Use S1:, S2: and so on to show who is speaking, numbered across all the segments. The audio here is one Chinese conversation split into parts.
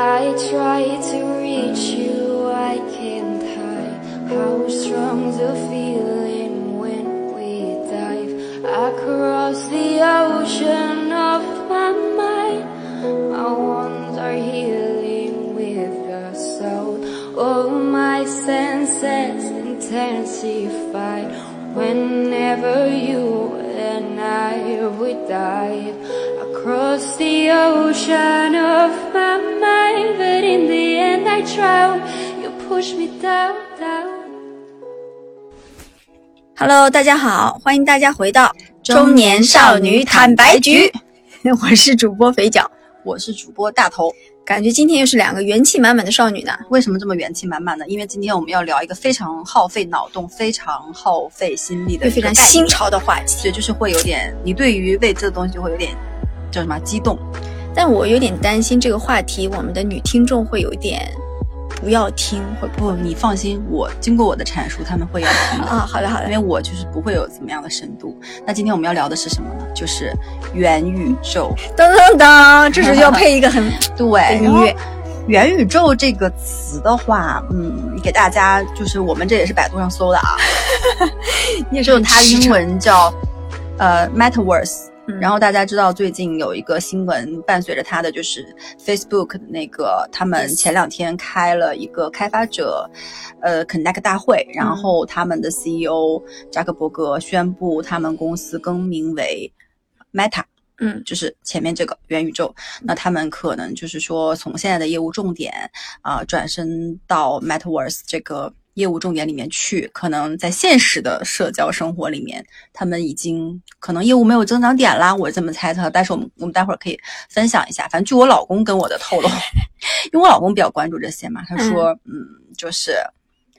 S1: I try to reach you, I can't hide how strong the feeling when we dive across the ocean of my mind. My wounds are healing with the soul. All my senses intensified whenever you and I we dive across the ocean of my mind. But in the end, I drown. You push me down, down.
S2: Hello，大家好，欢迎大家回到
S3: 中年少女坦白局，
S2: 我是主播肥脚，
S3: 我是主播大头。
S2: 感觉今天又是两个元气满满的少女呢。
S3: 为什么这么元气满满呢？因为今天我们要聊一个非常耗费脑洞、非常耗费心力的
S2: 又
S3: 一个
S2: 非常
S3: 概念
S2: 新，潮的话题，
S3: 对，就是会有点，你对于为这个东西就会有点叫什么激动。
S2: 但我有点担心这个话题，我们的女听众会有一点不要听，会不
S3: 不，你放心，我经过我的阐述，他们会要听
S2: 会
S3: 的。
S2: 啊？好的，好
S3: 因
S2: 的，
S3: 为我就是不会有怎么样的深度。那今天我们要聊的是什么呢？就是元宇宙。
S2: 噔噔 噔，这时候就要配一个很
S3: 对，
S2: 音
S3: 然后
S2: 乐
S3: 元宇宙这个词的话，嗯，给大家就是我们这也是百度上搜的啊，
S2: 也
S3: 就是它英文叫呃 Metaverse。
S2: 嗯
S3: 然后大家知道，最近有一个新闻伴随着它的，就是 Facebook 的那个他们
S2: Yes
S3: 前两天开了一个开发者呃 Connect 大会，然
S2: 嗯
S3: 后他们的 CEO 扎克伯格宣布他们公司更名为 Meta。
S2: 嗯
S3: 就是前面这个元宇宙，那他们可能就是说从现在的业务重点啊、转身到 Metaverse 这个业务重点里面去，可能在现实的社交生活里面，他们已经可能业务没有增长点啦，我这么猜测。但是我们我们待会儿可以分享一下，反正据我老公跟我的透露，因为我老公比较关注这些嘛，他说嗯就是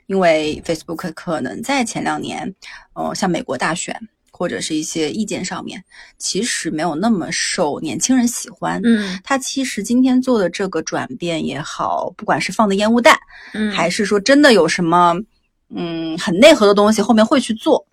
S3: 因为 Facebook 可能在前两年，呃，像美国大选。或者是一些意见上面，其实没有那么受年轻人喜欢。
S2: 嗯
S3: 他其实今天做的这个转变也好，不管是放的烟雾弹，
S2: 嗯，
S3: 还是说真的有什么嗯很内核的东西，后面会去做，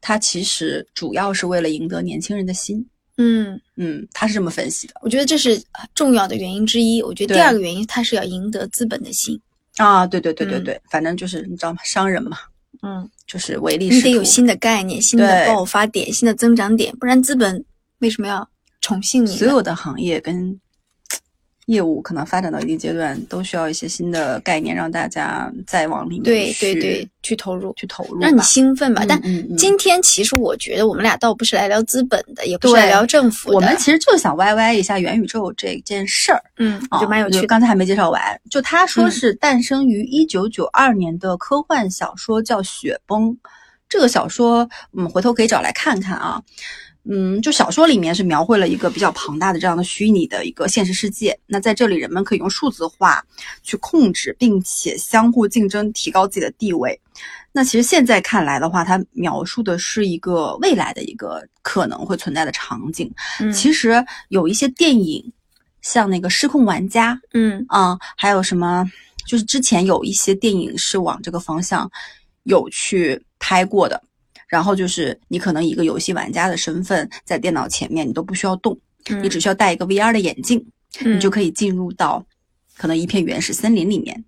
S3: 他其实主要是为了赢得年轻人的心。
S2: 嗯，
S3: 嗯，他是这么分析的
S2: 我觉得这是重要的原因之一。我觉得
S3: 对
S2: 第二个原因，它是要赢得资本的心。
S3: 啊，对对对对
S2: 嗯
S3: 对，反正就是你知道吗？商人嘛，
S2: 嗯，
S3: 就是唯利
S2: 你
S3: 是图。
S2: 得有新的概念、新的
S3: 对
S2: 爆发点、新的增长点，不然资本为什么要宠幸你
S3: 所
S2: 呢？
S3: 有的行业跟业务可能发展到一定阶段，都需要一些新的概念，让大家再往里面
S2: 对对
S3: 去
S2: 对，去投入，
S3: 去投入吧，
S2: 让你兴奋吧。但
S3: 嗯嗯
S2: 今天其实我觉得我们俩倒不是来聊资本的，也不是
S3: 对
S2: 来聊政府的，
S3: 我们其实就想歪歪一下元宇宙这件事儿，
S2: 嗯，我觉得蛮有
S3: 啊就
S2: 趣的。
S3: 刚才还没介绍完，就他说
S2: 嗯
S3: 是诞生于一九九二年的科幻小说叫《雪崩》，这个小说，嗯，回头可以找来看看啊。嗯，就小说里面是描绘了一个比较庞大的这样的虚拟的一个现实世界。那在这里，人们可以用数字化去控制，并且相互竞争，提高自己的地位。那其实现在看来的话，它描述的是一个未来的一个可能会存在的场景。
S2: 嗯
S3: 其实有一些电影，像那个《失控玩家》
S2: 嗯
S3: 啊、还有什么，就是之前有一些电影是往这个方向有去拍过的。然后就是你可能以一个游戏玩家的身份在电脑前面，你都不需要动，
S2: 嗯，
S3: 你只需要戴一个 VR 的眼镜，
S2: 你
S3: 你就可以进入到可能一片原始森林里面，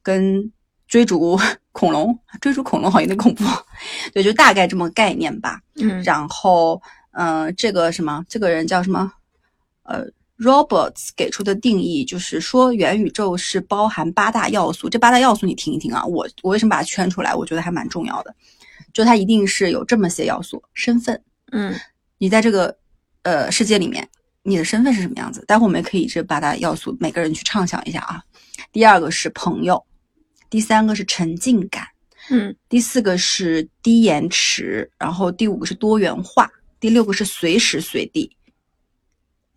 S3: 跟追逐恐龙，追逐恐龙好像有点恐怖，对，就大概这么个概念吧。
S2: 嗯
S3: 然后，嗯、这个什么，这个人叫什么？呃，Roberts 给出的定义就是说，元宇宙是包含八大要素。这八大要素你听一听啊，我我为什么把它圈出来？我觉得还蛮重要的，就它一定是有这么些要素：身份，
S2: 嗯
S3: 你在这个呃世界里面，你的身份是什么样子？待会我们也可以这八大要素每个人去畅想一下啊。第二个是朋友，第三个是沉浸感。
S2: 嗯
S3: 第四个是低延迟，然后第五个是多元化，第六个是随时随地。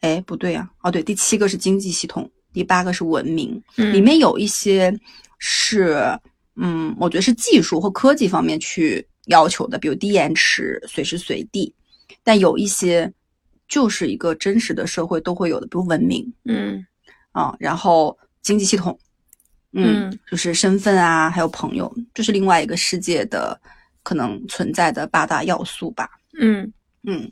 S3: 哎，不对啊，哦对，第七个是经济系统，第八个是文明，
S2: 嗯，
S3: 里面有一些是，嗯，我觉得是技术或科技方面去要求的，比如低延迟、随时随地，但有一些就是一个真实的社会都会有的，比如文明，
S2: 嗯
S3: 啊，然后经济系统，
S2: 嗯
S3: 就是身份啊，还有朋友，这是另外一个世界的可能存在的八大要素吧。
S2: 嗯，
S3: 嗯，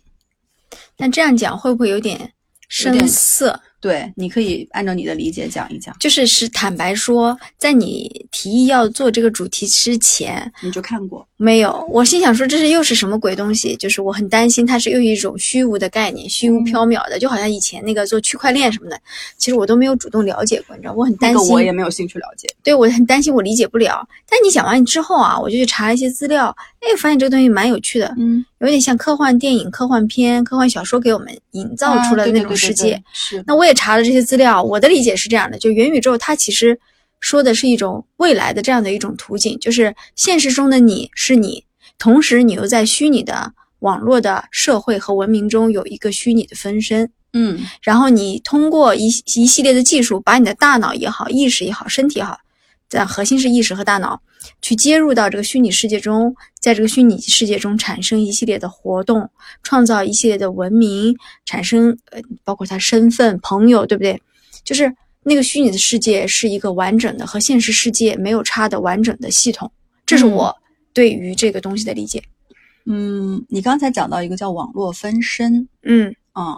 S2: 那这样讲会不会有点生涩？
S3: 对，你可以按照你的理解讲一讲，
S2: 就是是坦白说，在你提议要做这个主题之前，
S3: 你就看过。
S2: 没有，我心想说这是又是什么鬼东西？就是我很担心它是又一种虚无的概念，虚
S3: 嗯
S2: 无缥缈的，就好像以前那个做区块链什么的，其实我都没有主动了解过，你知道，我很担
S3: 那
S2: 心。
S3: 个我也没有兴趣了解。
S2: 对我很担心我理解不了。但你讲完之后啊，我就去查了一些资料，哎，我发现这个东西蛮有趣的，
S3: 嗯，
S2: 有点像科幻电影、科幻片、科幻小说给我们营造出来的那种世界。
S3: 啊对对对对对是
S2: 那我也查了这些资料，我的理解是这样的：就元宇宙，它其实说的是一种未来的这样的一种途径，就是现实中的你是你，同时你又在虚拟的网络的社会和文明中有一个虚拟的分身。
S3: 嗯
S2: 然后你通过一一系列的技术，把你的大脑也好、意识也好、身体也好，但核心是意识和大脑，去接入到这个虚拟世界中，在这个虚拟世界中产生一系列的活动，创造一系列的文明，产生呃，包括他身份、朋友，对不对？就是那个虚拟的世界是一个完整的和现实世界没有差的完整的系统，这是我对于这个东西的理解。
S3: 嗯，你刚才讲到一个叫网络分身
S2: 嗯
S3: 啊、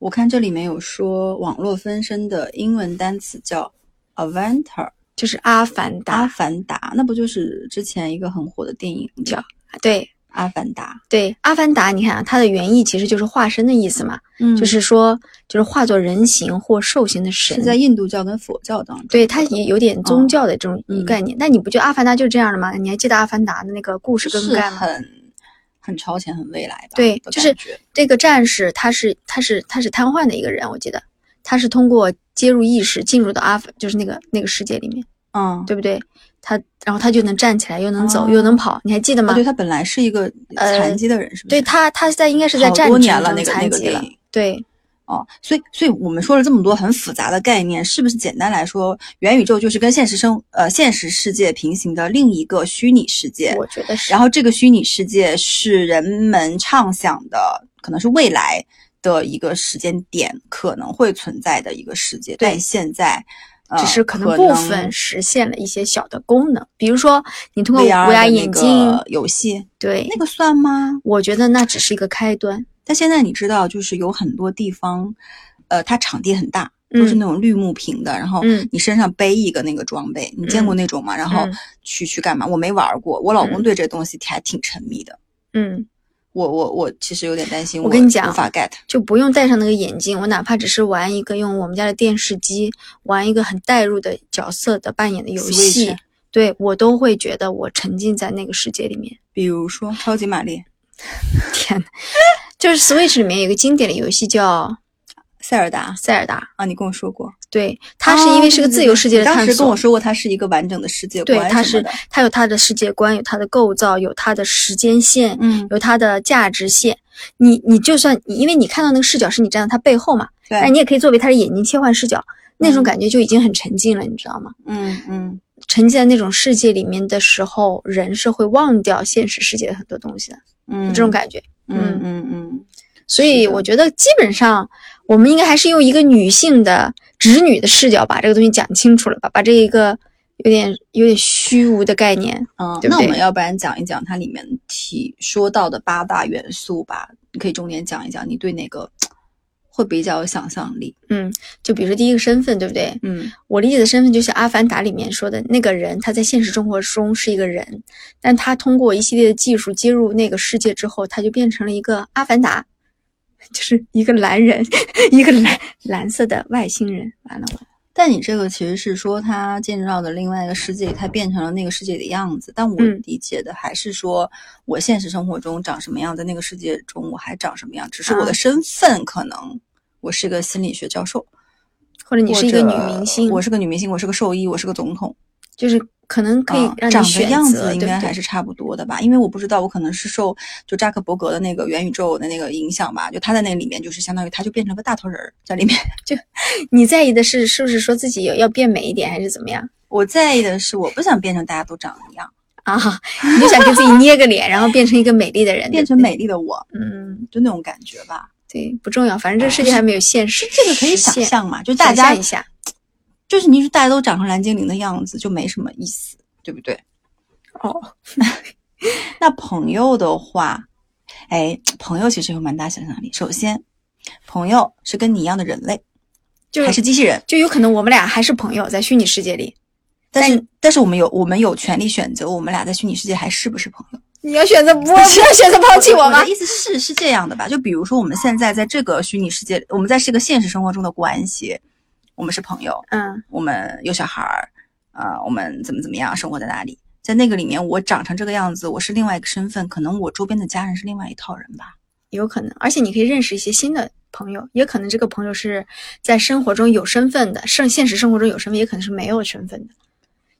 S3: 我看这里面有说网络分身的英文单词叫 avatar，
S2: 就是阿凡
S3: 阿
S2: 达，
S3: 凡达，那不就是之前一个很火的电影叫《
S2: 对
S3: 阿凡达
S2: 对，阿凡达，你看啊，它的原意其实就是化身的意思嘛，》？
S3: 嗯
S2: 就是说，就是化作人形或兽形的神
S3: 是。在印度教跟佛教当中。
S2: 对，它也有点宗教的这种
S3: 嗯
S2: 概念。那、你不觉得阿凡达就是这样的吗？你还记得阿凡达的那个故事梗
S3: 是啊
S2: 概吗？
S3: 很很超前、很未来吧？
S2: 对
S3: 的
S2: 就是
S3: 感觉
S2: 这个战士他是他是他是瘫痪的一个人，我记得他是通过接入意识进入到阿凡，就是那个那个世界里面，
S3: 嗯，
S2: 对不对？他然后他就能站起来，又能走，
S3: 哦
S2: 又能跑，你还记得吗？
S3: 哦，对他本来是一个
S2: 呃
S3: 残疾的人，是不是？
S2: 对他他在应该是在
S3: 好
S2: 战
S3: 多
S2: 争
S3: 年了
S2: 中
S3: 那个
S2: 残
S3: 那个
S2: 疾
S3: 电
S2: 了
S3: 影
S2: 对，
S3: 哦，所以，所以我们说了这么多很复杂的概念，是不是简单来说，元宇宙就是跟现实生呃现实世界平行的另一个虚拟世界？
S2: 我觉得是。
S3: 然后这个虚拟世界是人们畅想的，可能是未来的一个时间点可能会存在的一个世界，
S2: 对
S3: 但现在呃
S2: 只是可能部分实现了一些小的功能，比如说你通过
S3: VR
S2: VR
S3: 的那
S2: 眼
S3: 个
S2: 镜，
S3: 游戏，
S2: 对
S3: 那，个算吗？
S2: 我觉得那只是一个开端。
S3: 但现在你知道，就是有很多地方，呃，它场地很大，都是那种绿幕屏的，然后
S2: 嗯
S3: 你身上背一个那个装备，你见过那种吗？然后
S2: 嗯
S3: 去去干嘛？我没玩过，我老公
S2: 嗯
S3: 对这东西还挺沉迷的。
S2: 嗯，
S3: 我我我其实有点担心，
S2: 我跟你讲
S3: 无法 get。
S2: 就不用戴上那个眼镜，我哪怕只是玩一个用我们家的电视机玩一个很代入的角色的扮演的游戏
S3: Switch
S2: 对我都会觉得我沉浸在那个世界里面。
S3: 比如说超级玛丽、
S2: 天呐，就是 Switch 里面有一个经典的游戏叫
S3: 塞尔达
S2: 《塞尔达》，
S3: 啊，你跟我说过，
S2: 对，它是因为是个
S3: 哦对对
S2: 自
S3: 对
S2: 由世界的
S3: 你
S2: 探索。
S3: 当时跟我说过，它是一个完整的世界观
S2: 对
S3: 什么，的，
S2: 它是它有它的世界观，有它的构造，有它的时间线，
S3: 嗯，
S2: 有它的价值线。你你就算你，因为你看到那个视角是你站在它背后嘛，哎
S3: 对
S2: 那，你也可以作为它的眼睛切换视角，那种
S3: 嗯
S2: 感觉就已经很沉浸了，你知道吗？
S3: 嗯嗯，
S2: 沉浸在那种世界里面的时候，人是会忘掉现实世界的很多东西的，
S3: 嗯
S2: 就这种感觉。
S3: 嗯嗯嗯，
S2: 所以
S3: 是的
S2: 我觉得基本上，我们应该还是用一个女性的直女的视角把这个东西讲清楚了吧，把这一个有点有点虚无的概念，
S3: 嗯，
S2: 对不
S3: 那我
S2: 对
S3: 们要不然讲一讲它里面提说到的八大元素吧？你可以重点讲一讲，你对哪个会比较有想象力？
S2: 嗯，就比如说第一个身份，对不对？
S3: 嗯
S2: 我理解的身份就像《阿凡达》里面说的那个人，他在现实生活中是一个人，但他通过一系列的技术接入那个世界之后，他就变成了一个阿凡达， 就是一个蓝人， 一个蓝蓝色的外星人。完了，我
S3: 但你这个其实是说他见识到的另外一个世界，他变成了那个世界的样子。但我
S2: 嗯
S3: 理解的还是说，我现实生活中长什么样，在那个世界中我还长什么样，只是我
S2: 啊
S3: 的身份可能。我是个心理学教授，
S2: 或者你
S3: 或
S2: 是一个女
S3: 者
S2: 明星，
S3: 我是个女明星，我是个兽医，我是个总统，
S2: 就是可能可以
S3: 啊
S2: 让你
S3: 长的
S2: 选
S3: 样
S2: 择，
S3: 子应
S2: 对
S3: 该
S2: 不
S3: 还
S2: 对？
S3: 是差不多的吧，因为我不知道，我可能是受就扎克伯格的那个元宇宙的那个影响吧，就他在那个里面就是相当于他就变成个大头人儿在里面。
S2: 你在意的是是不是说自己有要变美一点，还是怎么样
S3: 我在意的是，我不想变成大家都长一样，
S2: 啊？ 你就想给自己捏个脸，然后变成一个美丽的人，
S3: 变
S2: 对
S3: 成
S2: 不对
S3: 美丽的我，
S2: 嗯。
S3: 就那种感觉吧。
S2: 对，不重要，反正这个世界还没有现实
S3: 啊这，这个可以
S2: 实
S3: 想
S2: 现
S3: 象嘛，就大
S2: 想
S3: 家
S2: 象一下。
S3: 就是你说大家都长成蓝精灵的样子，就没什么意思，对不对？
S2: 哦，
S3: 那朋友的话，哎，朋友其实有蛮大想象力。首先，朋友是跟你一样的人类，
S2: 就
S3: 还是机器人，
S2: 就有可能我们俩还是朋友，在虚拟世界里。
S3: 但是但是我们有我们有权利选择，我们俩在虚拟世界还是不是朋友？
S2: 你要选择不，你要选择抛弃
S3: 我
S2: 我吗
S3: 的？意思是是这样的吧？就比如说我们现在在这个虚拟世界，我们在这个现实生活中的关系，我们是朋友，
S2: 嗯，
S3: 我们有小孩儿，啊、我们怎么怎么样，生活在哪里？在那个里面，我长成这个样子，我是另外一个身份，可能我周边的家人是另外一套人吧。
S2: 有可能，而且你可以认识一些新的朋友，也可能这个朋友是在生活中有身份的，生现实生活中有身份，也可能是没有身份的。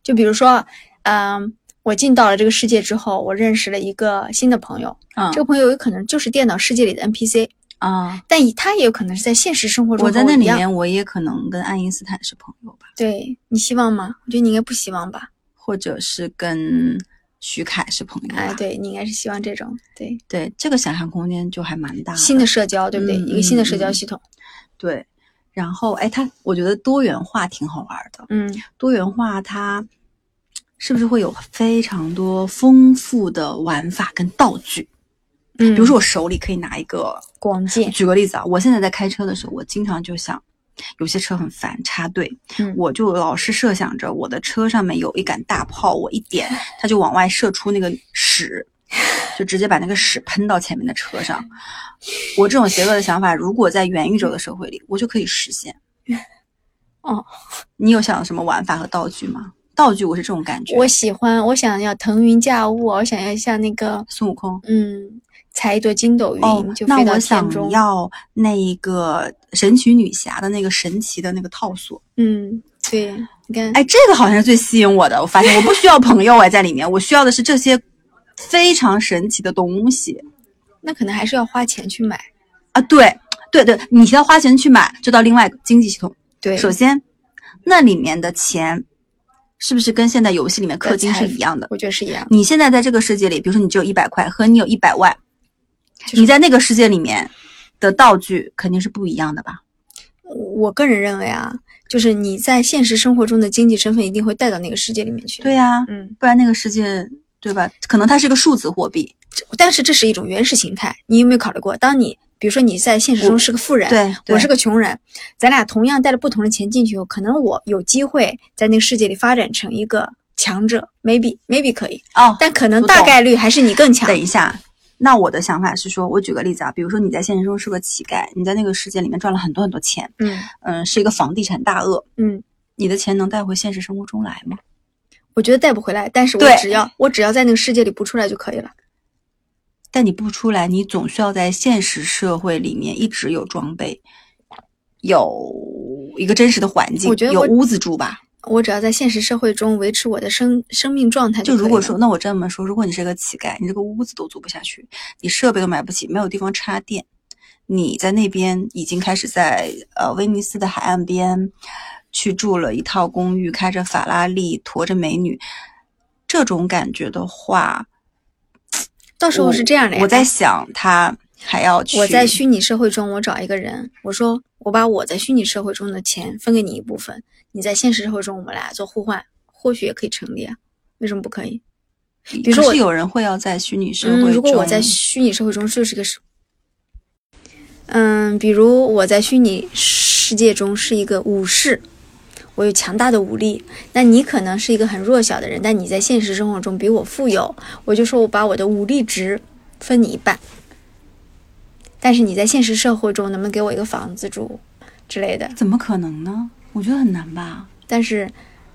S2: 就比如说，嗯，我进到了这个世界之后，我认识了一个新的朋友，
S3: 啊
S2: 这个朋友有可能就是电脑世界里的 NPC，
S3: 啊，
S2: 但以他也有可能是在现实生活中
S3: 我在
S2: 和
S3: 那
S2: 一
S3: 里
S2: 样。
S3: 面，我也可能跟爱因斯坦是朋友吧，
S2: 对你希望吗？我觉得你应该不希望吧。
S3: 或者是跟徐凯是朋友吧。
S2: 哎，对你应该是希望这种对
S3: 对这个想象空间就还蛮大的。
S2: 新的社交，对不对？
S3: 嗯
S2: 一个新的社
S3: 嗯
S2: 交
S3: 嗯
S2: 系统，
S3: 对，然后哎，它我觉得多元化挺好玩的。
S2: 嗯，
S3: 多元化它是不是会有非常多丰富的玩法跟道具？
S2: 嗯，
S3: 比如说我手里可以拿一个，
S2: 广进，
S3: 举个例子啊，我现在在开车的时候，我经常就想，有些车很烦插队，
S2: 嗯
S3: 我就老是设想着我的车上面有一杆大炮，我一点它就往外射出那个屎，就直接把那个屎喷到前面的车上。我这种邪恶的想法，如果在元宇宙的社会里，我就可以实现。
S2: 哦，
S3: 你有想什么玩法和道具吗？道具我是这种感觉，
S2: 我喜欢，我想要腾云驾雾，我想要像那个，
S3: 孙悟空。
S2: 嗯，踩一朵筋斗云、
S3: 哦
S2: 就，
S3: 那
S2: 飞到
S3: 我
S2: 天
S3: 想
S2: 中，
S3: 要那一个神奇女侠的那个神奇的那个套索。
S2: 嗯，对，你看，
S3: 哎，这个好像是最吸引我的。我发现我不需要朋友哎，在里面，我需要的是这些非常神奇的东西
S2: 那可能还是要花钱去买，
S3: 啊！对，对对，你要花钱去买，这到另外一个经济系统。
S2: 对，
S3: 首先，那里面的钱是不是跟现在游戏里面氪金是一样的？
S2: 我觉得是一样的，
S3: 你现在在这个世界里，比如说你只有一百块，和你有一百万，
S2: 就是
S3: 你在那个世界里面的道具肯定是不一样的吧？
S2: 我个人认为啊，就是你在现实生活中的经济身份一定会带到那个世界里面去，
S3: 对，呀、
S2: 嗯，
S3: 不然那个世界对吧？可能它是个数字货币，
S2: 但是这是一种原始形态，你有没有考虑过？当你比如说你在现实中
S3: 我
S2: 是个富人，
S3: 对，
S2: 我是
S3: 个
S2: 个穷人，咱俩同样带着不同的钱进去，可能我有机会在那个世界里发展成一个强者，maybe maybe 可以，
S3: 哦，
S2: 但可能
S3: 我
S2: 大
S3: 懂
S2: 概率还是你更强
S3: 等。一下，那我的想法是说，我举个例子啊，比如说你在现实中是个乞丐，你在那个世界里面赚了很多很多钱，
S2: 嗯
S3: 嗯，是一个房地产大鳄，
S2: 嗯，
S3: 你的钱能带回现实生活中来吗？
S2: 我觉得带不回来，但是我
S3: 对
S2: 只要我只要在那个世界里不出来就可以了。
S3: 但你不出来，你总需要在现实社会里面一直有装备，有一个真实的环境，
S2: 我觉得
S3: 有
S2: 我
S3: 屋子住吧。
S2: 我只要在现实社会中维持我的生生命状态
S3: 就
S2: 可以
S3: 如果
S2: 了
S3: 说，那我这么说，如果你是个乞丐，你这个屋子都租不下去，你设备都买不起，没有地方插电，你在那边已经开始在呃威尼斯的海岸边去住了一套公寓，开着法拉利，驮着美女，这种感觉的话，
S2: 到时候是这样的呀，
S3: 我在想他还要去，
S2: 我在虚拟社会中，我找一个人，我说我把我在虚拟社会中的钱分给你一部分，你在现实社会中我们俩做互换，或许也可以成立啊，为什么不可以？
S3: 比
S2: 如说我
S3: 是有人会要在虚拟社会
S2: 嗯，
S3: 中，
S2: 如果我在虚拟社会中就是个是，嗯，比如我在虚拟世界中是一个武士，我有强大的武力，那你可能是一个很弱小的人，但你在现实生活中比我富有，我就说我把我的武力值分你一半，但是你在现实社会中能不能给我一个房子住之类的？
S3: 怎么可能呢？我觉得很难吧。
S2: 但是。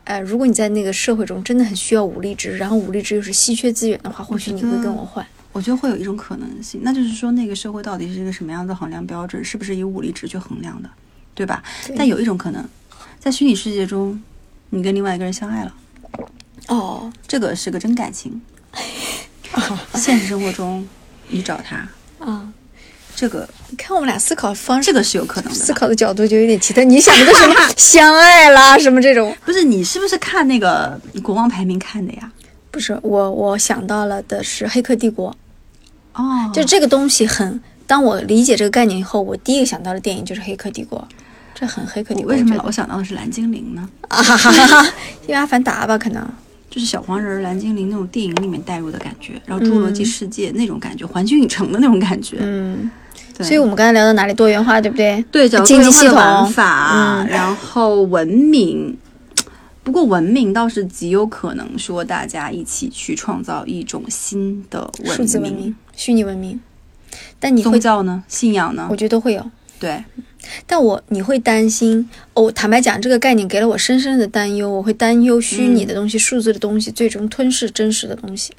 S2: 呃，如果你在那个社会中真的很需要武力值，然后武力值又是稀缺资源的话，或许你会跟我换。
S3: 我觉得会有一种可能性，那就是说那个社会到底是一个什么样的衡量标准，是不是以武力值去衡量的，对吧？
S2: 对
S3: 但有一种可能，在虚拟世界中，你跟另外一个人相爱了，
S2: 哦，
S3: 这个是个真感情； 现实生活中，你找他，
S2: 啊，
S3: 这个
S2: 你看我们俩思考方
S3: 这
S2: 式、
S3: 个是有可能
S2: 思
S3: 的吧。
S2: 考的角度就有点奇特。你想的都是什 么相爱啦，什么这种？
S3: 不是你是不是看那个国王排名看的呀？
S2: 不是我，我想到了的是《黑客帝国
S3: 哦，》，
S2: 就这个东西很。当我理解这个概念以后，我第一个想到的电影就是《黑客帝国》，这很《黑客帝
S3: 我
S2: 国》。
S3: 为什么
S2: 我觉
S3: 老想到的是蓝精灵呢？
S2: 得啊哈哈哈哈？因为《阿凡达》吧，可能
S3: 就是小黄人、蓝精灵那种电影里面带入的感觉，然后侏罗纪世界那种感觉，环球影城的那种感觉。
S2: 嗯，
S3: 对
S2: 所以我们刚才聊到哪里？多元化，对不对？
S3: 对，角
S2: 经济系统
S3: 玩法，
S2: 嗯
S3: 然后文明。不过文明倒是极有可能说大家一起去创造一种新的文
S2: 数字文明、虚拟文明，但你
S3: 宗
S2: 会，
S3: 教呢？信仰呢
S2: 我？觉得都会有。
S3: 对，
S2: 但我你会担心哦，坦白讲，这个概念给了我深深的担忧。我会担忧虚
S3: 嗯
S2: 拟的东西、数字的东西最终吞噬真实的东西，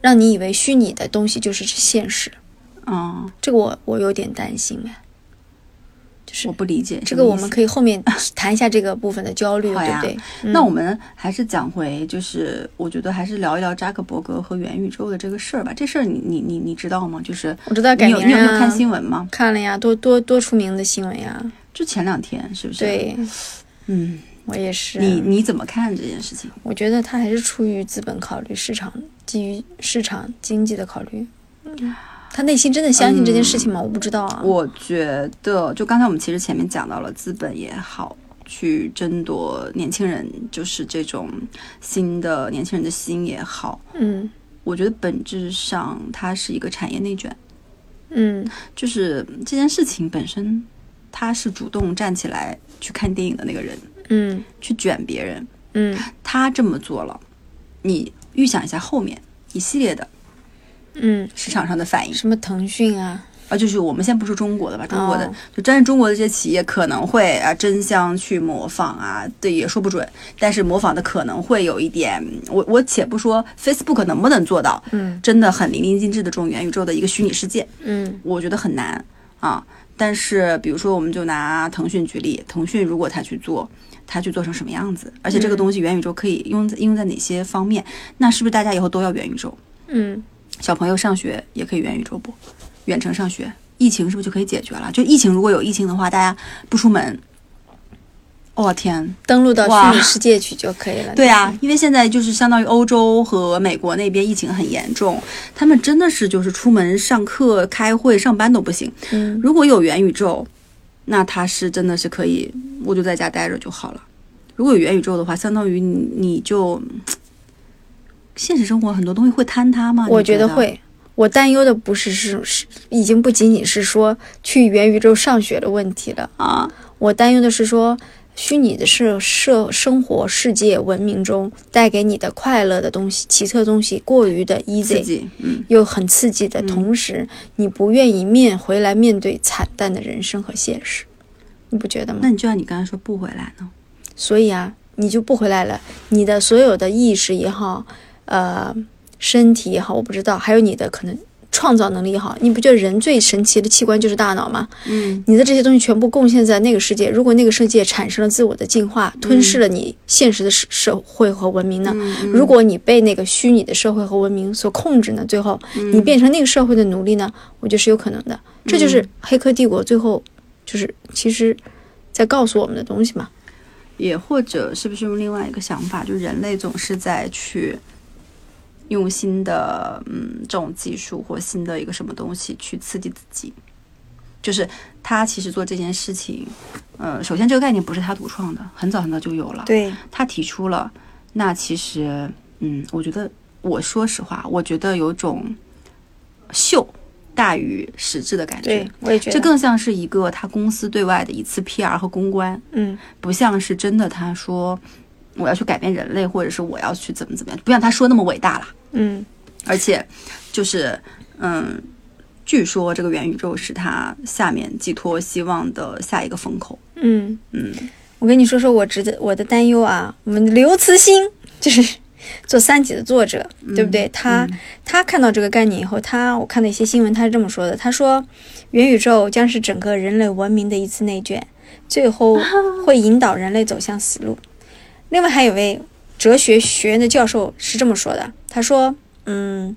S2: 让你以为虚拟的东西就是现实。
S3: 嗯，
S2: 这个我我有点担心哎，就是
S3: 我不理解
S2: 这个我
S3: 意
S2: 们
S3: 思
S2: 可以后 面谈一下这个部分的焦虑，
S3: 好
S2: 对
S3: 呀
S2: 不对？嗯
S3: 那我们还是讲回，就是我觉得还是聊一聊扎克伯格和元宇宙的这个事儿吧。这事儿你你你你知道吗？就是
S2: 我知道改
S3: 你有
S2: 名
S3: 你有你有看
S2: 啊，
S3: 新闻吗？
S2: 看了呀，多多多出名的新闻呀，
S3: 就前两天是不是？，
S2: 对
S3: 嗯，
S2: 我也是啊。
S3: 你你怎么看这件事情？
S2: 我觉得他还是出于资本考虑、市场基于市场经济的考虑。嗯他内心真的相信这件事
S3: 嗯
S2: 情吗？我不知道啊。
S3: 我觉得，就刚才我们其实前面讲到了，资本也好，去争夺年轻人，就是这种新的年轻人的心也好，
S2: 嗯
S3: 我觉得本质上它是一个产业内卷，
S2: 嗯
S3: 就是这件事情本身，他是主动站起来去看电影的那个人，
S2: 嗯
S3: 去卷别人，
S2: 嗯
S3: 他这么做了，你预想一下后面一系列的
S2: 嗯，
S3: 市场上的反应。
S2: 什么腾讯啊？
S3: 啊，就是我们先不说中国的吧，中国的、
S2: 哦
S3: 就真是中国的这些企业可能会啊争相去模仿啊，对也说不准，但是模仿的可能会有一点，我我且不说 Facebook 能不能做到，
S2: 嗯
S3: 真的很淋漓尽致的这种元宇宙的一个虚拟世界，
S2: 嗯
S3: 我觉得很难啊。但是比如说，我们就拿腾讯举例，腾讯如果它去做，它去做成什么样子，而且这
S2: 嗯
S3: 个东西元宇宙可以用应用在哪些方面，那是不是大家以后都要元宇宙？
S2: 嗯
S3: 小朋友上学也可以元宇宙不？远程上学，疫情是不是就可以解决了？就疫情如果有疫情的话，大家不出门，哦、天，
S2: 登录到
S3: 哇
S2: 虚拟世界去就可以了。
S3: 对啊，因为现在就是相当于欧洲和美国那边疫情很严重，他们真的是就是出门上课、开会、上班都不行。
S2: 嗯，
S3: 如果有元宇宙，那他是真的是可以，我就在家待着就好了。如果有元宇宙的话，相当于你你就现实生活很多东西会坍塌吗？
S2: 我
S3: 你觉
S2: 觉得。会。我担忧的不是是是，已经不仅仅是说去元宇宙上学的问题了。
S3: 啊，
S2: 我担忧的是说，虚拟的社社生活世界文明中带给你的快乐的东西、奇特的东西过于的
S3: 自
S2: easy，
S3: 己，嗯，
S2: 又很刺激的同时，你不愿意面回来面对惨淡的人生和现实，你不觉得
S3: 那
S2: 吗？
S3: 你就像你刚才说不回来呢？
S2: 所以啊，你就不回来了，你的所有的意识也好，呃，身体也好，我不知道，还有你的可能。创造能力也好，你不觉得人最神奇的器官就是大脑吗？
S3: 嗯，
S2: 你的这些东西全部贡献在那个世界，如果那个世界产生了自我的进化，吞
S3: 嗯
S2: 噬了你现实的社社会和文明呢？如果你被那个虚拟的社会和文明所控制呢，最后你变成那个社会的奴隶呢，我觉得是有可能的。这就是《黑客帝国》最后就是其实在告诉我们的东西嘛。
S3: 也或者是不是用另外一个想法，就人类总是在去用新的嗯这种技术或新的一个什么东西去刺激自己，就是他其实做这件事情，呃，首先这个概念不是他独创的，很早很早就有了，
S2: 对，
S3: 他提出了。那其实，嗯，我觉得，我说实话，我觉得有种秀大于实质的感觉。，
S2: 我也觉
S3: 这更像是一个他公司对外的一次 PR 和公关，
S2: 嗯
S3: 不像是真的他说我要去改变人类，或者是我要去怎么怎么样，不像他说那么伟大啦。
S2: 嗯
S3: 而且就是嗯，据说这个元宇宙是他下面寄托希望的下一个风口。
S2: 嗯，
S3: 嗯，
S2: 我跟你说说我值得我的担忧啊，我们刘慈欣就是做《三体》的作者，
S3: 嗯
S2: 对不对？他、他看到这个概念以后，他我看到一些新闻，他是这么说的：他说，元宇宙将是整个人类文明的一次内卷，最后会引导人类走向死路。另外，还有位哲学学院的教授是这么说的：他说，嗯，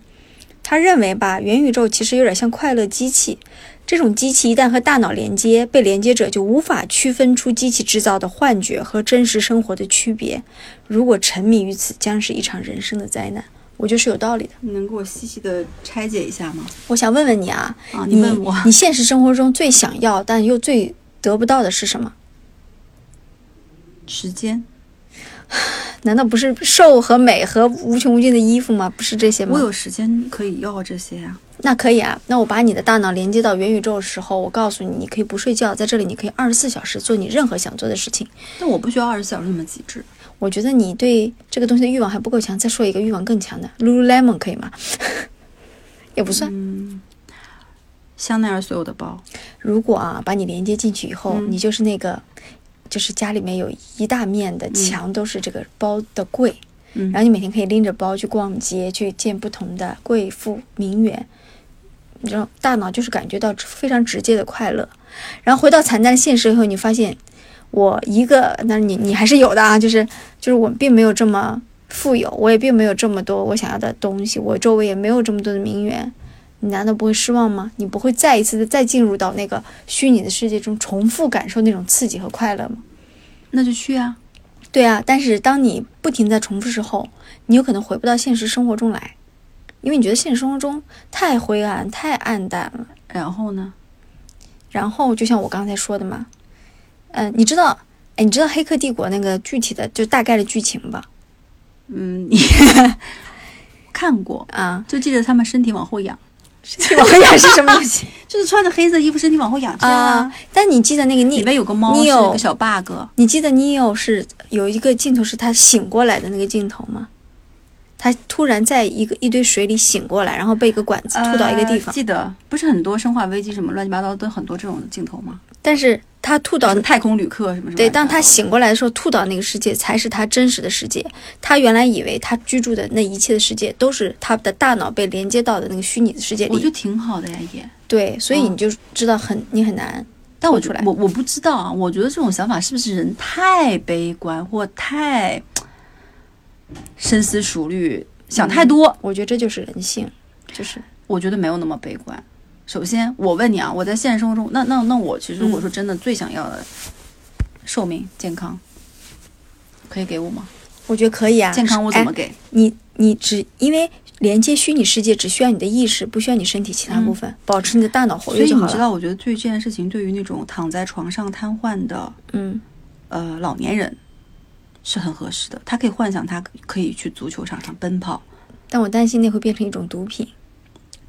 S2: 他认为吧，元宇宙其实有点像快乐机器。这种机器一旦和大脑连接，被连接者就无法区分出机器制造的幻觉和真实生活的区别。如果沉迷于此，将是一场人生的灾难。我觉得是有道理的。
S3: 你能给我细细的拆解一下吗？
S2: 我想问问你啊，
S3: 啊，
S2: 你
S3: 问我，
S2: 你现实生活中最想要但又最得不到的是什么？
S3: 时间
S2: 难道不是瘦和美和无穷无尽的衣服吗？不是这些吗？
S3: 我有时间可以要这些啊。
S2: 那可以啊，那我把你的大脑连接到元宇宙的时候，我告诉你，你可以不睡觉，在这里你可以二十四小时做你任何想做的事情。
S3: 但我不需要二十四小时那么极致。
S2: 我觉得你对这个东西的欲望还不够强，再说一个欲望更强的，Lululemon 可以吗？ 也不算。
S3: 嗯，香奈儿所有的包，
S2: 如果啊，把你连接进去以后，
S3: 嗯
S2: 你就是那个，就是家里面有一大面的墙都是这个包的柜，
S3: 嗯
S2: 然后你每天可以拎着包去逛街，去见不同的贵妇名媛，你知道，大脑就是感觉到非常直接的快乐。然后回到惨淡的现实以后，你发现我一个，那你你还是有的啊，就是就是我并没有这么富有，我也并没有这么多我想要的东西，我周围也没有这么多的名媛。你难道不会失望吗？你不会再一次的再进入到那个虚拟的世界中，重复感受那种刺激和快乐吗？
S3: 那就去啊。
S2: 对啊，但是当你不停在重复之后，你有可能回不到现实生活中来，因为你觉得现实生活中太灰暗、太暗淡了。
S3: 然后呢？
S2: 然后就像我刚才说的嘛，嗯、你知道，哎，你知道《黑客帝国》那个具体的就大概的剧情吧？
S3: 嗯，你 看 过，
S2: 啊，
S3: 就记得他们身体往后仰，
S2: 我 想是什么东西
S3: 就是穿着黑色衣服，身体往后仰。
S2: 啊？但你记得那个
S3: 里
S2: 你，
S3: 面有个猫，
S2: 你
S3: 是
S2: 有
S3: 一个小 bug。
S2: 你记得 Neo 是有一个镜头是他醒过来的那个镜头吗？他突然在一个一堆水里醒过来，然后被一个管子吐到一个地
S3: 呃
S2: 方，
S3: 记得不是很多《生化危机》什么乱七八糟都很多这种镜头吗？
S2: 但是他吐到
S3: 什么太空旅客什么什么。
S2: 对，当他醒过来的时候，吐到那个世界才是他真实的世界。他原来以为他居住的那一切的世界都是他的大脑被连接到的那个虚拟的世界
S3: 我觉得
S2: 里。
S3: 挺好的呀，也。
S2: 对，所以
S3: 嗯
S2: 你就知道很、你很难。
S3: 但我
S2: 吐出来
S3: 我我不知道啊，我觉得这种想法是不是人太悲观或太深思熟虑，想
S2: 嗯
S3: 太多？
S2: 我觉得这就是人性，就是
S3: 我觉得没有那么悲观。首先，我问你啊，我在现实生活中，那那那我其实
S2: 嗯
S3: 我说真的最想要的，寿命、健康，可以给我吗？
S2: 我觉得可以啊。
S3: 健康我怎么
S2: 哎、
S3: 给？
S2: 你你只因为连接虚拟世界只需要你的意识，不需要你身体其他部分，保持你的大脑活
S3: 嗯所
S2: 跃
S3: 以
S2: 就
S3: 你
S2: 好
S3: 知
S2: 了。
S3: 道，我觉得对于这件事情，对于那种躺在床上瘫痪的
S2: 嗯，
S3: 呃老年人是很合适的。他可以幻想他可以去足球场上奔跑，
S2: 但我担心那会变成一种毒品。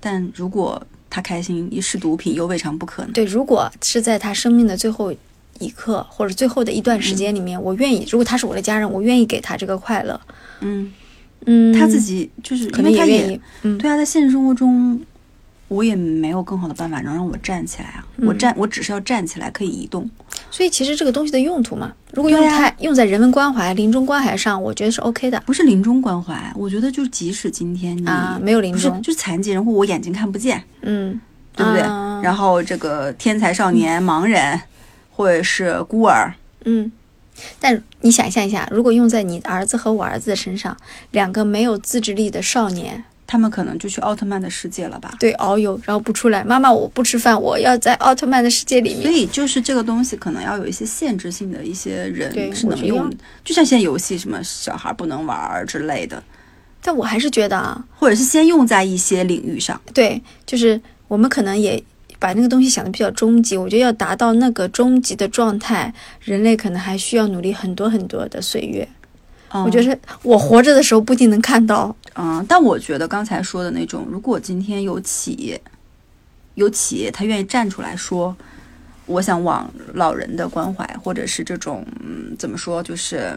S3: 但如果他开心一试毒品，又未尝不可呢。
S2: 对，如果是在他生命的最后一刻或者最后的一段时间里面，我愿意，如果他是我的家人，我愿意给他这个快乐。
S3: 嗯，
S2: 嗯，
S3: 他自己就是
S2: 可
S3: 因
S2: 能
S3: 为他
S2: 愿意。嗯，
S3: 对啊，在现实生活中，我也没有更好的办法能让我站起来啊。我
S2: 嗯
S3: 站，我只是要站起来可以移动。
S2: 所以其实这个东西的用途嘛，如果用
S3: 对啊
S2: 太、用在人文关怀、临终关怀上，我觉得是 OK 的
S3: 不是临终关怀，啊我觉得就即使今天你、
S2: 啊，没有临
S3: 嗯不是
S2: 终，
S3: 就是残疾人或我眼睛看不见，
S2: 嗯，
S3: 对不对？
S2: 啊
S3: 然后这个天才少年、盲人或者是孤儿，
S2: 嗯。但你想象一下，如果用在你儿子和我儿子的身上，两个没有自制力的少年，
S3: 他们可能就去奥特曼的世界了吧。
S2: 对遨游，然后不出来，妈妈我不吃饭，我要在奥特曼的世界里
S3: 所
S2: 面。
S3: 以就是这个东西可能要有一些限制性的一些
S2: 对
S3: 人是
S2: 我
S3: 能
S2: 觉得
S3: 用的，就像现在游戏什么小孩不能玩儿之类的，
S2: 但我还是觉得啊，
S3: 或者是先用在一些领域上。
S2: 对，就是我们可能也把那个东西想的比较终极，我觉得要达到那个终极的状态，人类可能还需要努力很多很多的岁月。我觉
S3: 嗯
S2: 得是我活着的时候不一定能看到，
S3: 嗯，但我觉得刚才说的那种，如果今天有企业，有企业他愿意站出来说，我想往老人的关怀，或者是这种、嗯、怎么说，就是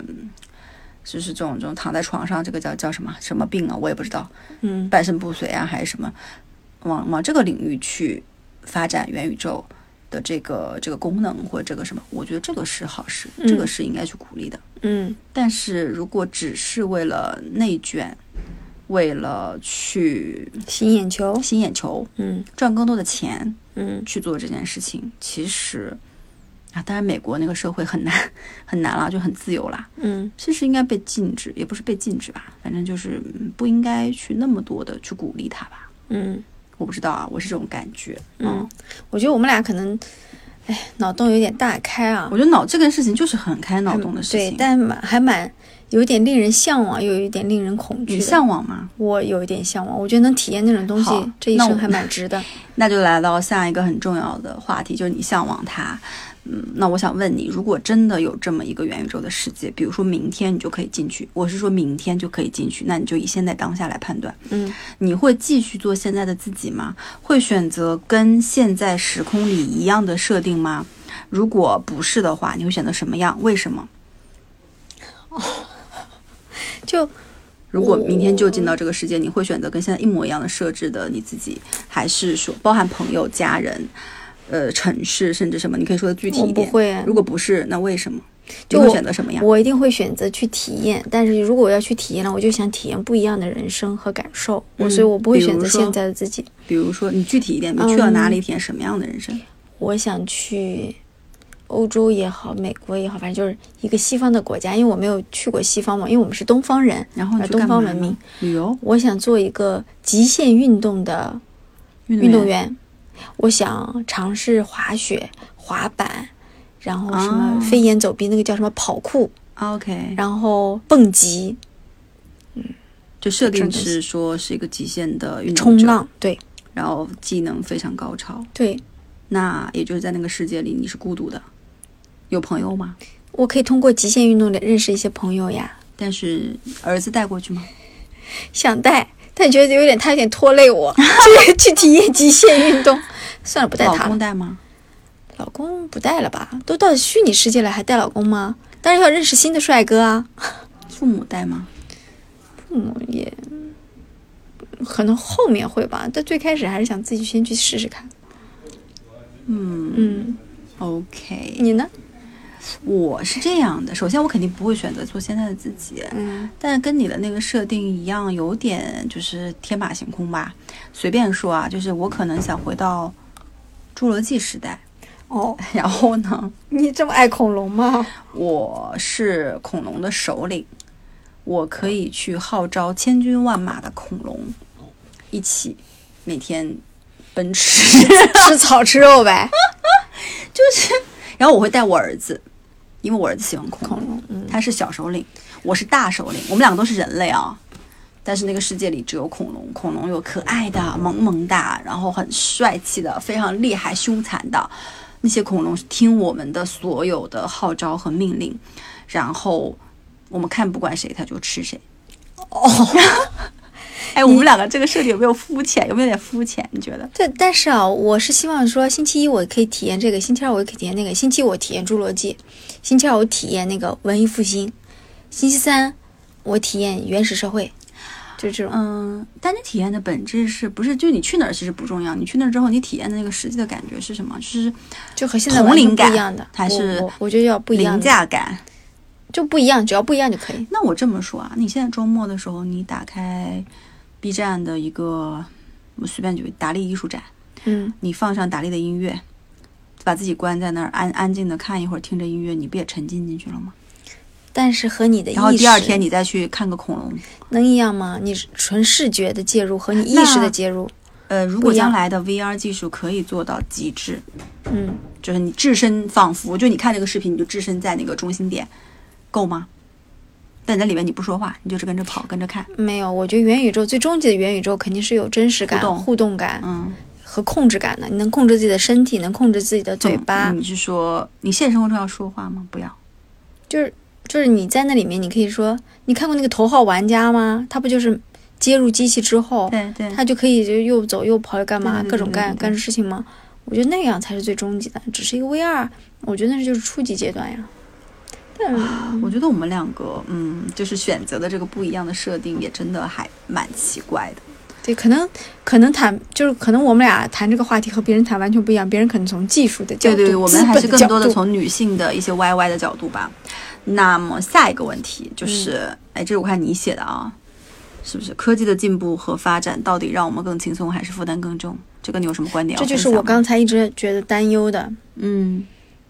S3: 就是这种这种躺在床上，这个叫叫什么什么病啊，我也不知道，
S2: 嗯，
S3: 半身不遂啊还是什么，往往这个领域去发展元宇宙的这个这个功能或这个什么，我觉得这个是好事，这个
S2: 嗯
S3: 是应该去鼓励的。
S2: 嗯，
S3: 但是如果只是为了内卷，为了去
S2: 嗯吸眼球，
S3: 吸眼球、
S2: 嗯
S3: 赚更多的钱
S2: 嗯，
S3: 去做这件事情，其实啊，当然美国那个社会很难很难啦，就很自由啦，
S2: 嗯，
S3: 其实应该被禁止，也不是被禁止吧，反正就是嗯不应该去那么多的去鼓励他吧。
S2: 嗯，
S3: 我不知道啊，我是这种感觉。
S2: 嗯我觉得我们俩可能，哎，脑洞有点大开啊
S3: 我，觉得脑这个事情就是很开脑洞的事
S2: 嗯对
S3: 情。，
S2: 但蛮还蛮有点令人向往，又有一点令人恐惧
S3: 你
S2: 的。
S3: 向往吗？
S2: 我有一点向往，我觉得能体验那种东西
S3: 好，
S2: 这一
S3: 那
S2: 生
S3: 我
S2: 还蛮值的。
S3: 那就来到下一个很重要的话题，就是你向往它。嗯，那我想问你，如果真的有这么一个元宇宙的世界，比如说明天你就可以进去，我是说明天就可以进去，那你就以现在当下来判断，
S2: 嗯，
S3: 你会继续做现在的自己吗？会选择跟现在时空里一样的设定吗？如果不是的话，你会选择什么样？为什么？
S2: 就
S3: 如果明天就进到这个世界，你会选择跟现在一模一样的设置的你自己，还是说包含朋友、家人、呃城市，甚至什么？你可以说的具体
S2: 我
S3: 一
S2: 不
S3: 点。
S2: 会啊
S3: 如果不是，那为什么？
S2: 就
S3: 你会
S2: 我
S3: 选择什么样？
S2: 我一定会选择去体验，但是如果我要去体验了，我就想体验不一样的人生和感受，我所以
S3: 嗯
S2: 我不会
S3: 比
S2: 选
S3: 如
S2: 择
S3: 说
S2: 现在的自己。
S3: 比如说，你具体一点，你去了哪
S2: 嗯
S3: 里，体验什么样的人生？
S2: 我想去欧洲也好，美国也好，反正就是一个西方的国家，因为我没有去过西方嘛，因为我们是东方人，
S3: 然后你
S2: 呃
S3: 去
S2: 东
S3: 干
S2: 方
S3: 嘛
S2: 文
S3: 呢
S2: 明。
S3: 旅游、
S2: 我想做一个极限运动的
S3: 运
S2: 运动
S3: 员。
S2: 员，我想尝试滑雪、滑板，然后什么
S3: 哦
S2: 飞檐走壁，那个叫什么跑酷，
S3: 啊 OK，
S2: 然后蹦极、
S3: 就设定
S2: 种东
S3: 是说是一个极限的运动
S2: 冲
S3: 者，
S2: 浪，对
S3: 然后技能非常高超。
S2: 对，
S3: 那也就是在那个世界里，你是孤独的，有朋友吗？
S2: 我可以通过极限运动来认识一些朋友呀。
S3: 但是儿子带过去吗？
S2: 想带，但觉得有点他有点拖累我， 就是去体验极限运动。算了，不带
S3: 老
S2: 他
S3: 公
S2: 了。
S3: 带吗？
S2: 老公不带了吧？都到虚拟世界了，还带老公吗？当然要认识新的帅哥啊。
S3: 父母带吗？
S2: 父母也嗯可能后面会吧，但最开始还是想自己先去试试看。
S3: 嗯
S2: 嗯，
S3: ，OK，
S2: 你呢？
S3: 我是这样的。首先，我肯定不会选择做现在的自己，
S2: 嗯
S3: 但跟你的那个设定一样，有点就是天马行空吧。随便说啊，就是我可能想回到侏罗纪时代，
S2: 哦，
S3: 然后呢，
S2: 你这么爱恐龙吗？
S3: 我是恐龙的首领，我可以去号召千军万马的恐龙一起每天奔驰。
S2: 吃草吃肉呗。
S3: 然后我会带我儿子，因为我儿子喜欢恐
S2: 恐
S3: 龙，
S2: 龙，嗯，
S3: 他是小首领，我是大首领，我们两个都是人类啊。但是那个世界里只有恐龙，恐龙有可爱的、萌萌的，然后很帅气的、非常厉害、凶残的。那些恐龙是听我们的所有的号召和命令，然后我们看不惯谁，它就吃谁。哦， 哎，我们两个这个设定有没有肤浅？有没有点肤浅？你觉得？
S2: 对，但是啊，我是希望说，星期一我可以体验这个，星期二我也可以体验那个，星期五我体验侏罗纪，星期二我体验那个文艺复兴，星期三我体验原始社会，就是这种。
S3: 嗯，但你体验的本质是不是就你去哪儿其实不重要，你去那儿之后你体验的那个实际的感觉是什么？就是
S2: 就和现在
S3: 同
S2: 完全
S3: 龄
S2: 不
S3: 感
S2: 一样的，
S3: 还是
S2: 我我我觉得要不一样
S3: 凌
S2: 的，
S3: 驾感。
S2: 就不一样，只要不一样就可以。
S3: 那我这么说啊，你现在周末的时候，啊你打开 B 站的一个，我随便举达利艺术展，
S2: 嗯，
S3: 你放上达利的音乐，把自己关在那儿安安静的看一会儿，听着音乐，你不也沉浸进去了吗？
S2: 但是和你的意识
S3: 然后第二天你再去看个恐龙，
S2: 能一样吗？你是纯视觉的介入和你意识的介入，
S3: 呃，如
S2: 不
S3: 果
S2: 一样
S3: 将来的 VR 技术可以做到极致，
S2: 嗯，
S3: 就是你置身仿佛就你看这个视频，你就置身在那个中心点，够吗？但你在里面你不说话，你就是跟着跑，跟着看，
S2: 没有。我觉得元宇宙最终极的元宇宙肯定是有真实感、
S3: 互动
S2: 感
S3: 嗯，
S2: 和控制感的。你能控制自己的身体，能控制自己的嘴
S3: 嗯
S2: 巴，
S3: 你是说你现实生活中要说话吗？不要。
S2: 就是就是你在那里面，你可以说，你看过那个头号玩家吗？他不就是接入机器之后，
S3: 对嗯对，
S2: 他就可以就又走又跑又干嘛，
S3: 对对对
S2: 各种
S3: 对
S2: 干
S3: 对对
S2: 干事情吗？我觉得那样才是最终极的，只是一个 VR，我觉得那就是初级阶段呀。但
S3: 我觉得我们两个，嗯，就是选择的这个不一样的设定，也真的还蛮奇怪的。
S2: 对，可能可能谈就是可能我们俩谈这个话题和别人谈完全不一样，别人可能从技术的角
S3: 对
S2: 度，
S3: 对，对我们还是
S2: 资本
S3: 更多的
S2: 角度
S3: 从女性的一些 YY 的角度吧。那么下一个问题就是，
S2: 嗯
S3: 哎，这是我看你写的啊，是不是？科技的进步和发展到底让我们更轻松，还是负担更重？这个你有什么观点要啊
S2: 这
S3: 分
S2: 就
S3: 享吗？
S2: 是我刚才一直觉得担忧的，
S3: 嗯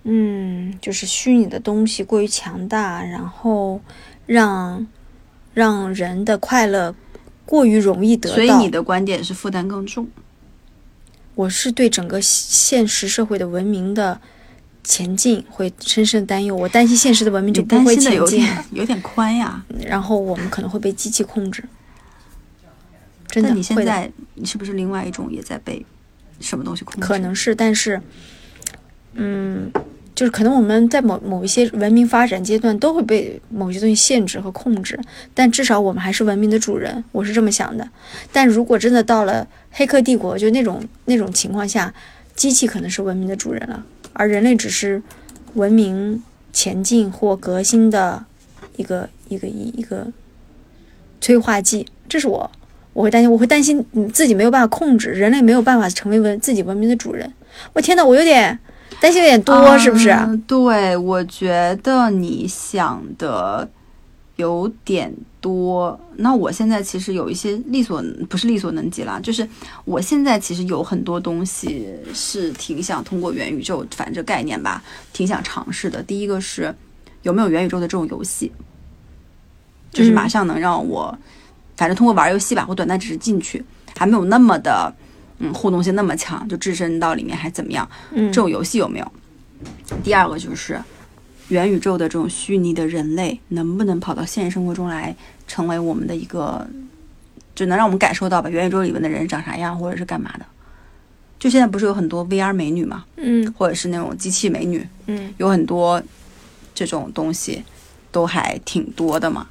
S2: 嗯，就是虚拟的东西过于强大，然后让让人的快乐过于容易得到。
S3: 所以你的观点是负担更重。
S2: 我是对整个现实社会的文明的前进会深深担忧，我担心现实的文明
S3: 你
S2: 就不
S3: 担
S2: 会
S3: 心的
S2: 前
S3: 有
S2: 进，
S3: 点有点宽呀。
S2: 然后我们可能会被机器控制。 真的，
S3: 但你现
S2: 会的
S3: 在你是不是另外一种也在被什么东西控制？
S2: 可能是，但是，嗯，就是可能我们在某某一些文明发展阶段都会被某些东西限制和控制，但至少我们还是文明的主人，我是这么想的。但如果真的到了黑客帝国，就那种那种情况下，机器可能是文明的主人了，而人类只是文明前进或革新的一个一个一一个催化剂。这是我我会担心，我会担心你自己没有办法控制，人类没有办法成为文自己文明的主人。我天呐，我有点担心有点多，是不啊是？
S3: 嗯对，我觉得你想的有点多。那我现在其实有一些力所不是力所能及啦，就是我现在其实有很多东西是挺想通过元宇宙，反正这概念吧，挺想尝试的。第一个是有没有元宇宙的这种游戏，
S2: 嗯
S3: 就是马上能让我，反正通过玩游戏吧，我短暂只是进去，还没有那么的。嗯，互动性那么强，就置身到里面还怎么样？
S2: 嗯，
S3: 这种游戏有没有？第二个就是元宇宙的这种虚拟的人类，能不能跑到现实生活中来，成为我们的一个，就能让我们感受到吧，元宇宙里面的人长啥样，或者是干嘛的？就现在不是有很多 VR 美女嘛，
S2: 嗯
S3: 或者是那种机器美女，
S2: 嗯，
S3: 有很多这种东西都还挺多的嘛。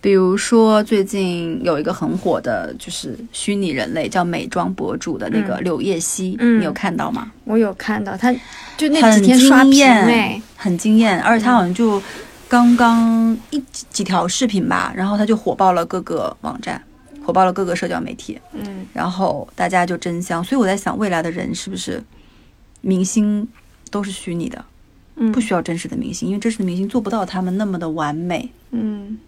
S3: 比如说，最近有一个很火的，就是虚拟人类叫美妆博主的那个
S2: 嗯
S3: 柳叶熙，
S2: 嗯
S3: 你有看到吗？
S2: 我有看到他，就那
S3: 很
S2: 几
S3: 惊
S2: 天
S3: 艳，
S2: 刷屏哎，
S3: 很惊艳，而且他好像就刚刚一几几条视频吧，然后他就火爆了各个网站，火爆了各个社交媒体，
S2: 嗯，
S3: 然后大家就争相。所以我在想，未来的人是不是明星都是虚拟的，
S2: 嗯
S3: 不需要真实的明星，因为真实的明星做不到他们那么的完美。
S2: 嗯，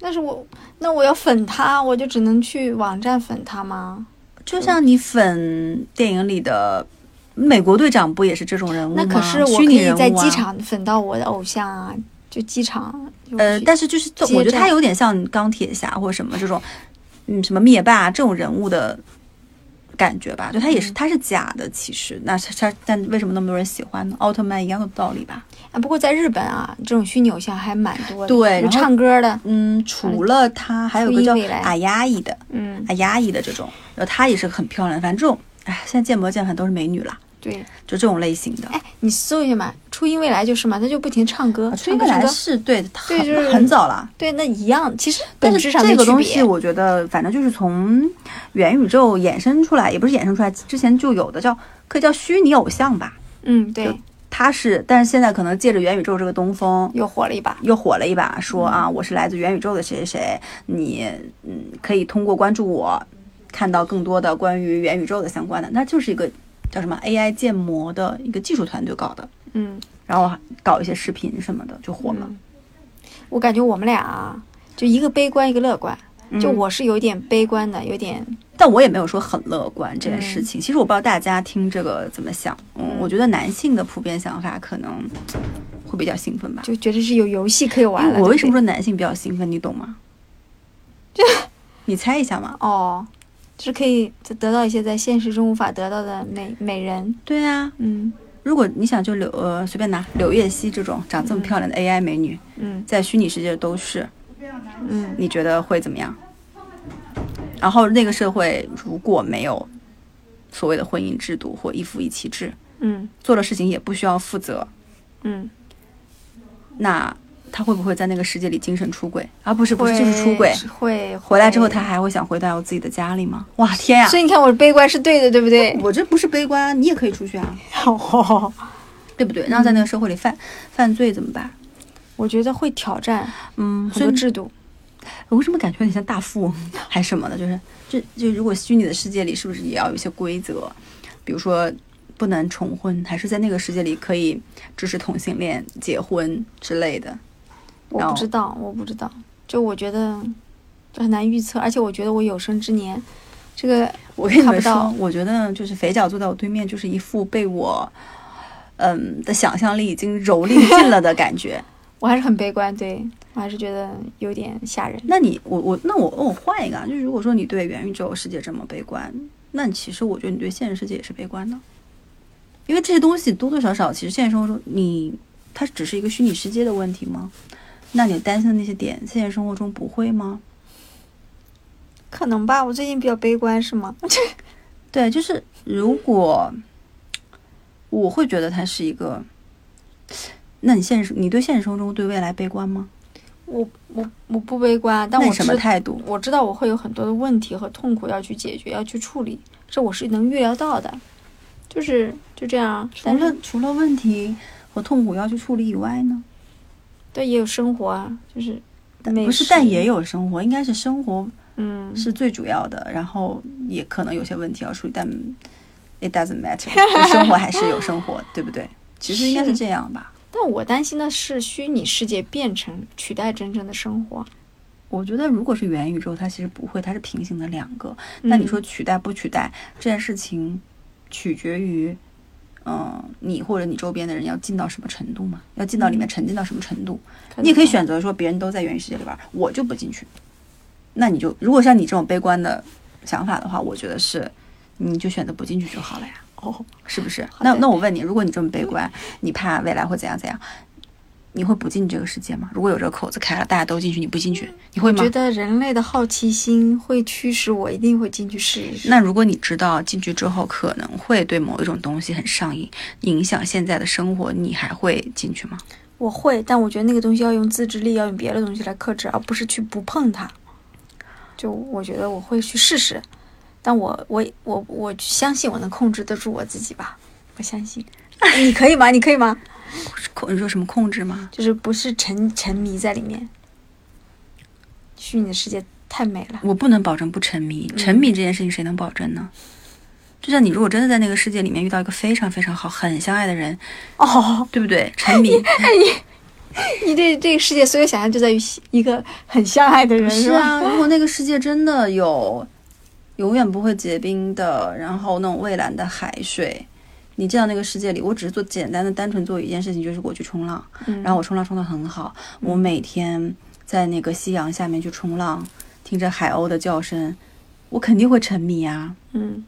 S2: 但是我那我要粉他，我就只能去网站粉他吗？
S3: 就像你粉电影里的美国队长，不也是这种人物吗？
S2: 那可是我
S3: 虚
S2: 可
S3: 拟
S2: 以
S3: 人物
S2: 在机
S3: 啊
S2: 场粉到我的偶像啊，就机场。就
S3: 呃，
S2: 去
S3: 但是就是做，
S2: 接
S3: 我觉得他
S2: 站
S3: 有点像钢铁侠或者什么这种，嗯，什么灭霸这种人物的感觉吧。就他也
S2: 嗯
S3: 是，他是假的，其实那他他，但为什么那么多人喜欢呢？奥特曼一样的道理吧。
S2: 啊，不过在日本啊，这种虚拟偶像还蛮多的，
S3: 对
S2: 有
S3: 然后
S2: 唱歌的，
S3: 嗯，除了他，还有
S2: 初
S3: 个
S2: 音
S3: 叫
S2: 未来
S3: 阿丫伊的，
S2: 嗯，
S3: 阿丫伊的这种，然后她也是很漂亮。反正这种，哎，现在见魔见凡都是美女啦，
S2: 对。
S3: 就这种类型的。
S2: 哎，你搜一下嘛，初音未来就是嘛，他就不停唱歌，
S3: 崔
S2: 唱歌
S3: 啊未
S2: 唱
S3: 来
S2: 歌，
S3: 是对，
S2: 对就
S3: 很
S2: 是
S3: 很早了。
S2: 对，那一样，其实
S3: 但
S2: 本
S3: 是
S2: 质上
S3: 这
S2: 没
S3: 个
S2: 区
S3: 东西，
S2: 别。
S3: 我觉得反正就是从元宇宙衍生出来，也不是衍生出来，之前就有的叫可以叫虚拟偶像吧。
S2: 嗯，对，
S3: 它是，但是现在可能借着元宇宙这个东风。
S2: 又火了一把。
S3: 又火了一把，说啊，我是来自元宇宙的谁谁谁，你嗯可以通过关注我，看到更多的关于元宇宙的相关的，那就是一个叫什么 AI 建模的一个技术团队搞的，
S2: 嗯，
S3: 然后搞一些视频什么的就火了。
S2: 我感觉我们俩啊，就一个悲观，一个乐观。就
S3: 嗯
S2: 我是有点悲观的，有点
S3: 但我也没有说很乐观这件事情。其实我不知道大家听这个怎么想，嗯，我觉得男性的普遍想法可能会比较兴奋吧。
S2: 就觉得是有游戏可以玩
S3: 因
S2: 了。
S3: 哎为我为
S2: 对
S3: 什么
S2: 不对
S3: 说男性比较兴奋，你懂吗？ 你猜一下嘛？
S2: 哦，就是可以得到一些在现实中无法得到的美美人。
S3: 对啊，
S2: 嗯
S3: 如果你想就柳呃随便拿柳叶熙这种长这么漂亮的 AI 美女，
S2: 嗯
S3: 在虚拟世界都是，
S2: 嗯，
S3: 你觉得会怎么样？然后那个社会如果没有所谓的婚姻制度或一夫一妻制，
S2: 嗯
S3: 做了事情也不需要负责，
S2: 嗯，
S3: 那他会不会在那个世界里精神出轨？啊，不是不是，就是出轨。
S2: 会
S3: 回来之后，他。还会想回到自己的家里吗？哇，天呀、
S2: 所以你看，我悲观是对的，对不对？
S3: 我这不是悲观啊，你也可以出去啊，嗯
S2: 哦，
S3: 对不对？然后在那个社会里犯、犯罪怎么办？
S2: 我觉得会挑战
S3: 嗯，
S2: 很
S3: 所
S2: 多
S3: 以
S2: 制度。
S3: 我为什么感觉有点像大富翁还是什么的？就是这就如果虚拟的世界里是不是也要有一些规则？比如说不能重婚，还是在那个世界里可以支持同性恋结婚之类的？
S2: 我
S3: 然
S2: 不
S3: 后
S2: 知道，我不知道，就我觉得就很难预测，而且我觉得我有生之年，这个
S3: 我跟你
S2: 看
S3: 们
S2: 不
S3: 说
S2: 到，
S3: 我觉得就是肥脚坐在我对面，就是一副被我，嗯的想象力已经蹂躏尽了的感 觉。
S2: 我还是很悲观，对我还是觉得有点吓人。
S3: 那你，我我那我我换一个，啊，就是如果说你对元宇宙世界这么悲观，那你其实我觉得你对现实世界也是悲观的，因为这些东西多多少少，其实现实生活中你它只是一个虚拟世界的问题吗？那你担心的那些点，现实生活中不会吗？
S2: 可能吧，我最近比较悲观，是吗？
S3: 对，就是如果我会觉得它是一个。那你现实，你对现实生活中对未来悲观吗？
S1: 我我我不悲观，但
S3: 那
S1: 我
S3: 你什么
S1: 知
S3: 态度？
S1: 我知道我会有很多的问题和痛苦要去解决，要去处理，这我是能预料到的，就是就这样。啊
S3: 除
S1: 但
S3: 了
S1: 是
S3: 除了问题和痛苦要去处理以外呢？
S1: 对也有生活啊，就是
S3: 但
S1: 美
S3: 不是，
S1: 食
S3: 但也有生活，应该是生活
S1: 嗯，
S3: 是最主要的，然后也可能有些问题要处理，但 it doesn't matter，就生活还是有生活，对不对？其实应该是
S1: 是
S3: 这样吧。
S1: 但我担心的是虚拟世界变成取代真正的生活。
S3: 我觉得如果是元宇宙，它其实不会，它是平行的两个。那你
S1: 嗯
S3: 说取代不取代这件事情，取决于，嗯、你或者你周边的人要进到什么程度嘛？要进到里面
S1: 嗯
S3: 沉浸到什么程度？你也可以
S1: 能
S3: 选择说，别人都在元宇世界里玩，我就不进去。那你就如果像你这种悲观的想法的话，我觉得是，你就选择不进去就好了呀，
S1: 哦，
S3: 是不是？
S1: 好
S3: 那
S1: 的
S3: 那我问你，如果你这么悲观，你怕未来会怎样怎样？你会不进这个世界吗？如果有这个口子开了，大家都进去，你不进去，你会
S1: 我
S3: 吗
S1: 觉？得人类的好奇心会驱使我一定会进去试一试。
S3: 那如果你知道进去之后可能会对某一种东西很上瘾，影响现在的生活，你还会进去吗？
S1: 我会，但我觉得那个东西要用自制力，要用别的东西来克制，而不是去不碰它。就我觉得我会去试试，但我我我我相信我能控制得住我自己吧，我相信。哎你可以吗？你可以吗？
S3: 控你说什么控制吗？
S1: 就是不是沉沉迷在里面，虚拟的世界太美了。
S3: 我不能保证不沉迷，沉迷这件事情谁能保证呢？就像你如果真的在那个世界里面遇到一个非常非常好、很相爱的人，
S1: 哦，
S3: 对不 对？沉迷
S1: 你对这个世界所有想象就在于一个很相爱的人，
S3: 是
S1: 吧？
S3: 啊。如果那个世界真的有永远不会结冰的，然后那种蔚蓝的海水，你进到那个世界里，我只是做简单的、单纯做一件事情，就是我去冲浪。
S1: 嗯
S3: 然后我冲浪冲得很好，我每天在那个夕阳下面去冲浪，听着海鸥的叫声，我肯定会沉迷啊，
S1: 嗯，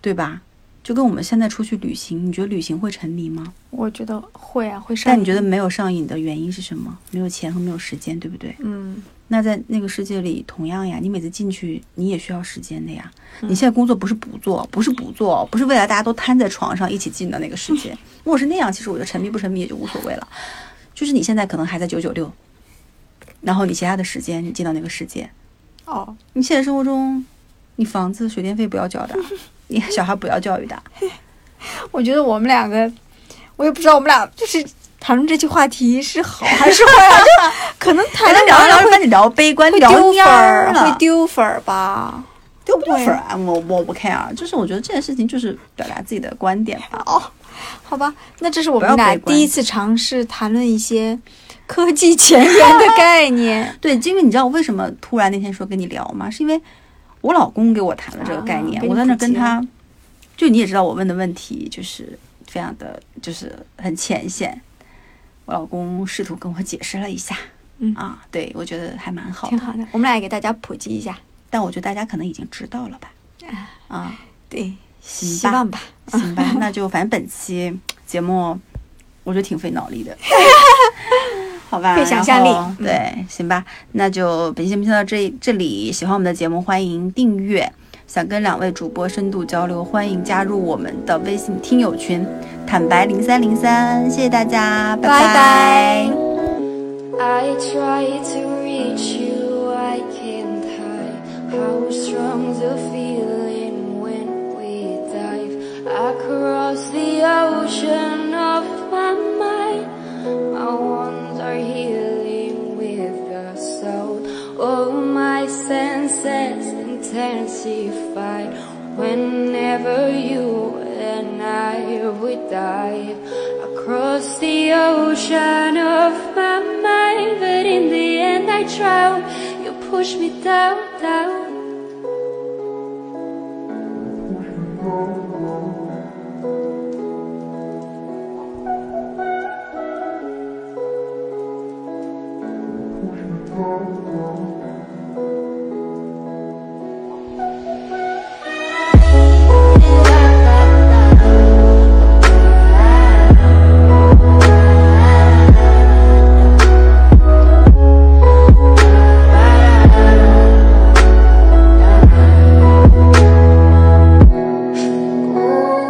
S3: 对吧？就跟我们现在出去旅行，你觉得旅行会沉迷吗？
S1: 我觉得会啊，会上瘾。
S3: 但你觉得没有上瘾的原因是什么？没有钱和没有时间，对不对？
S1: 嗯，
S3: 那在那个世界里，同样呀，你每次进去，你也需要时间的呀。
S1: 嗯
S3: 你现在工作不是不做，不是不做，不是未来大家都瘫在床上一起进的那个 世界。如果是那样，其实我觉得沉迷不沉迷也就无所谓了。就是你现在可能还在九九六，然后你其他的时间你进到那个世界，
S1: 哦，
S3: 你现实生活中，你房子水电费不 要交的，啊你小孩不要教育的，啊
S1: 我觉得我们两个，我也不知道我们俩就是谈论这些话题是好还是坏啊，就可能谈
S3: 还能
S1: 着
S3: 聊
S1: 聊
S3: 着聊
S1: 着
S3: 着开始聊悲观，
S1: 会
S3: 聊
S1: 丢
S3: 蔫
S1: 分
S3: 儿
S1: 儿，啊
S3: 了
S1: 会，丢分儿吧？
S3: 丢不丢分儿啊？我我不 care，就是我觉得这件事情就是表达自己的观点吧。
S1: 哦，好吧，那这是我
S3: 不
S1: 们
S3: 要悲
S1: 俩
S3: 观。
S1: 第一次尝试谈论一些科技前沿的概念
S3: 对，因为你知道我为什么突然那天说跟你聊吗？是因为我老公给我谈了这个概念，
S1: 啊
S3: 我在那儿
S1: 跟
S3: 跟
S1: 你普及
S3: 他，就你也知道我问的问题就是非常的，就是很浅显。我老公试图跟我解释了一下，
S1: 嗯
S3: 啊，对我觉得还蛮好
S1: 挺
S3: 的，
S1: 好的，我们俩也给大家普及一下。
S3: 但我觉得大家可能已经知道了吧，啊，
S1: 对，希
S3: 吧
S1: 望吧。
S3: 行吧，那就反正本期节目我觉得挺费脑 力的，好吧？
S1: 费想象力嗯
S3: 然后对，行吧，那就本期节目先到这这里。喜欢我们的节目，欢迎订阅。想跟两位主播深度交流，欢迎加入我们的微信听友群，坦白零三零三，谢谢大家，
S1: 拜
S3: 拜
S1: 拜 I try to reach you, I can't hide how strong the feeling when we dive across the ocean of my mind. My wounds are healing with the soul. All my senses intensified whenever you and I we dive across the ocean of my mind. But in the end, I drown. You push me down, down. Ooh.